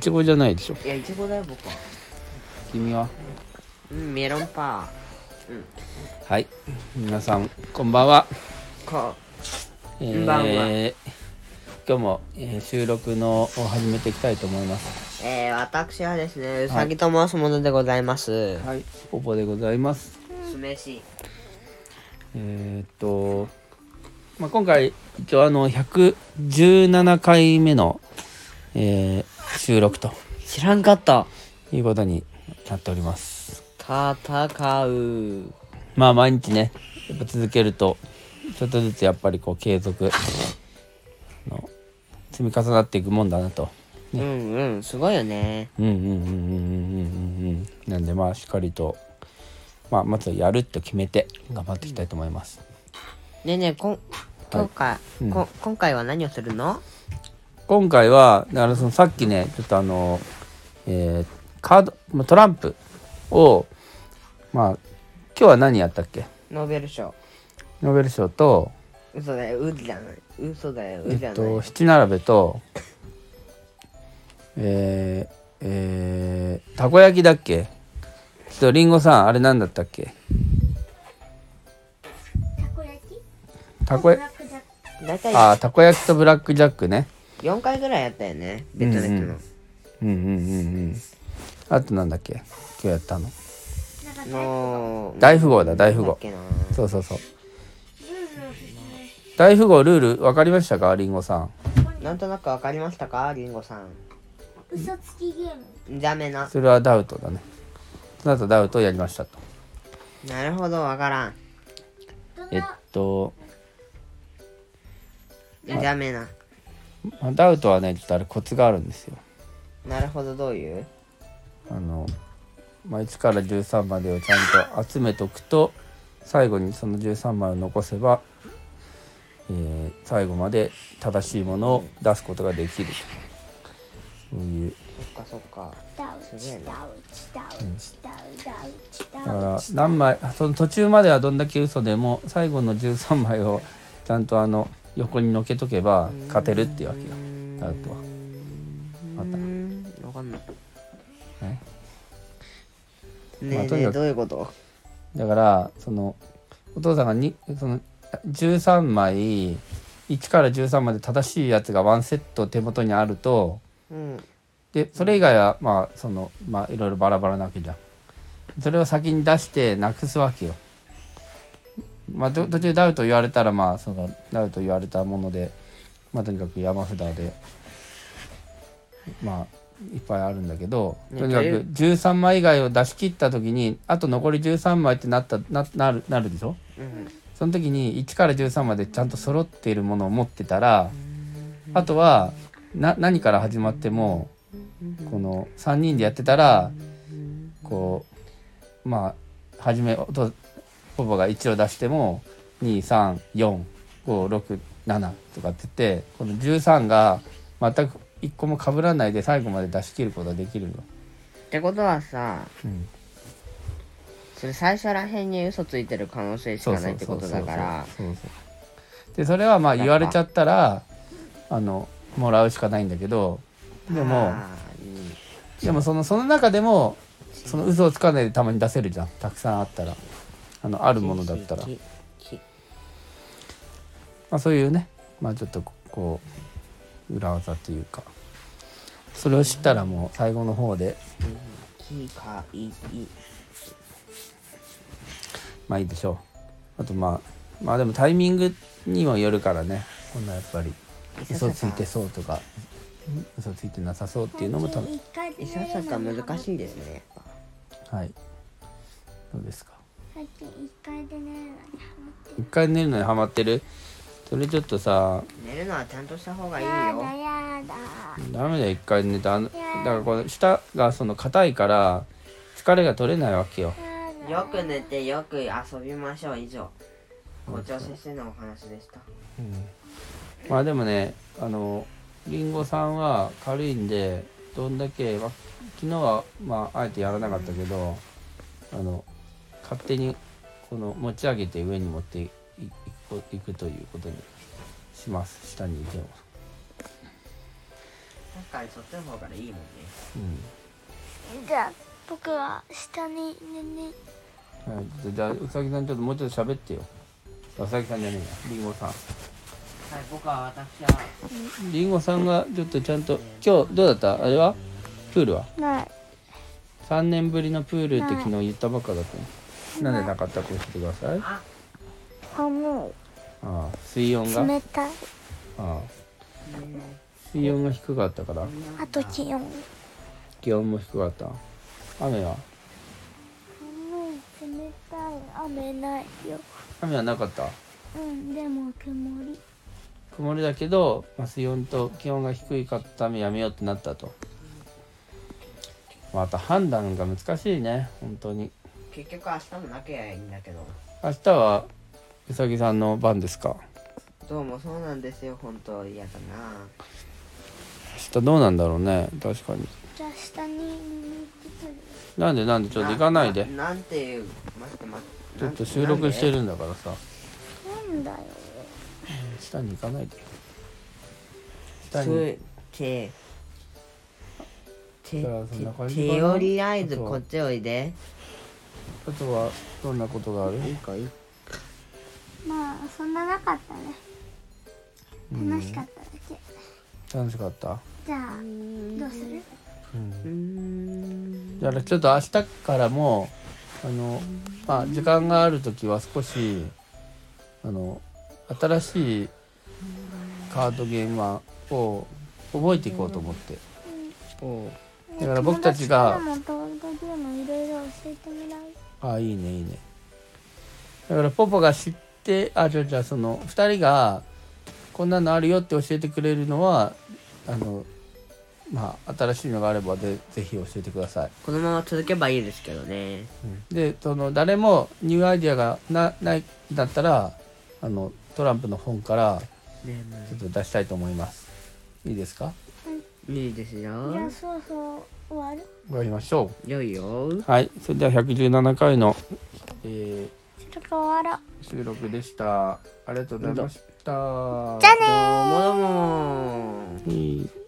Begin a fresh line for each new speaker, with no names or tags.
ちごじゃないでしょ
いや、いちごだよ、僕は。
君は
うん、メロンパン。うん。
はい皆さんこんばんは
こ
え
こんばんは
ー今日も、えー収録のを始めていきたいと思います
う。えー、私はですね、うさぎと申すものでございます。
はいポポでございます
酢飯。
えーっと、まあ、今回一応あの117回目の、えー収録と
知らんかった。
いうことになっております
戦う。
まあ毎日ねやっぱ続けるとちょっとずつやっぱりこう継続の積み重なっていくもんだなと
うんうん、すごいよね。
うんうんうんうんうんうんうんなんでまあしっかりと、まあ、まずはやると決めて頑張っていきたいと思います
ねえねえ、こん、今回、こん今回は何をするの
今回はだからそのさっきねちょっとあの、えーカードまあトランプをまあ今日は何やったっけ
ノーベル賞。
ノーベル賞と、
嘘だよ、うじゃない。嘘だよ、
え
うじゃ
っ
ない。
と、七並べとえー、えー、たこ焼きだっけちょっとりんごさんあれ何だったっけ
たこ焼き
たこや
ブラックジャック
だいたい
あーたこ焼きとブラックジャックね
4回ぐらいやったよね、ベトナムの。
うんうんうんうんあとなんだっけ今日やったの
なんか
の
大富豪だ大富
だっ
豪
けな
そうそうそう
ルールを説明し
大富豪ルール分かりましたかりんごさん
なんとなくわかりましたかリンゴさん
嘘つきゲーム
ダメな
それはダウトだねその後ダウトをやりましたと
なるほどわからん
どん
えっ
な
と
ダメな
まあダウトはねちょっとあれコツがあるんですよ
なるほどどういう
あの、まあ、1から13までをちゃんと集めとくと最後にその13枚を残せば、えー最後まで正しいものを出すことができるそういう
そっかそっか
ダウ
すげえ
チ
な
ダウチダウチダウダウチ
だ
ダ
か
ウ
ら何枚その途中まではどんだけ嘘でも最後の13枚をちゃんとあの横にのけとけば勝てるっていうわけよダウトは。
う
あった
んわかんない
はい
ね
まあ
え
と
ね
に
え
かく
どういうこと
だからそのお父さんがにその13枚1から13まで正しいやつが1セット手元にあると
うん
でそれ以外はまあそのまあいろいろバラバラなわけじゃんそれを先に出してなくすわけよまあど途中ダウト言われたらまあそのダウト言われたものでまあとにかく山札でまあいっぱいあるんだけど
ね
とにかく
という
13枚以外を出し切った時にあと残り13枚ってなったななるなるでしょ
うん
その時に1から13までちゃんと揃っているものを持ってたらあとはな何から始まってもこの3人でやってたらこうまあ初めおとポポが1を出しても234567とかって言ってこの13が全く1個も被らないで最後まで出し切ることができるの。
ってことはさ
うん
それ最初らへんに嘘ついてる可能性しかないってことだから
そうそうそうそうでそれはまあ言われちゃったらあのもらうしかないんだけどでも
あーいい
でもそのその中でもその嘘をつかないでたまに出せるじゃんたくさんあったらあのあるものだったら、ま
きき
あ、そういうねまあちょっとこう裏技というかそれを知ったらもう最後の方で
きかいい
まあいいでしょうあとまあまあでもタイミングにもよるからねこんなやっぱり嘘ついてそうとか嘘ついてなさそうっていうのも多分
一回で
いささか難しいですねやっぱ
はいどうですか
最近一回で寝るのにハマってる
一回寝るのにハマってるそれちょっとさ
寝るのはちゃんとした方がいい
やだ
よ
やだ
ダメだよ一回寝たあのだからこの舌がその硬いから疲れが取れないわけよ
やだ
よく寝てよく遊びましょう以上校長先生のお話でした
まあでもねあのりんごさんは軽いんでどんだけ、まあ、昨日はまああえてやらなかったけどあの勝手にこの持ち上げて上に持っていいくいくということにします下にいても
かそっちの方からいいもんね
じゃあ僕は下にねね
うんはい、じゃじゃあうさぎさんちょっともうちょっと喋ってよあうさぎさんじゃねえやりんごさん
はい僕は私は
りんごさんがちょっとちゃんと今日どうだったあれはプールは
ない
3年ぶりのプールって昨日言ったばっかだったのなんでなかったか教えてくださいあ
あ
寒い
あ水温が
冷たい
ああ水温が低かったから
あと気温
気温も低かった雨は
寒い冷たい雨ないよ
雨はなかった
うんでも曇り
曇りだけど、まあ、水温と気温が低いかったためやめようってなったとまた判断が難しいね本当に
結局明日もなきゃいいんだけど
明日はうさぎさんの番ですか
どうもそうなんですよ本当嫌だな
明日どうなんだろうね確かに
じゃあ下にねね行ってくる
なんでなんでちょっと行かないで
ななんていう待って待って
ちょっと収録して
る
るんだからさ
なんだよ
下に行かないで下に
つけて
じゃあそんな感じかな
てよりあえず
あとは
こっちおいで
あとはどんなことがある
いいかいい
まあそんななかったね
うん
楽しかっただけ
楽しかった、
じゃあどうする
うん
うーん
だからちょっと明日からもあの、まあ、時間がある時は少しあの新しいカードゲームを覚えていこうと思って
おう
だから僕たちが
友達からもボードゲームいろいろ教えてもらう
ああいいねいいねだからポポが知ってあじゃあじゃあその2人がこんなのあるよって教えてくれるのはあのまあ新しいのがあればでぜひ教えてください
このまま続けばいいですけどね
でその誰もニューアイディアがなないだったらあのトランプの本から
ね
ちょっと出したいと思いますいいですか
いいですよ
じゃあそろそろ終わる
終わりましょ
よいよ
うはいそれでは117回の、え
ちょっと終わろう
ー収録でしたありがとうございました
じゃあねー
どうもどうも
うん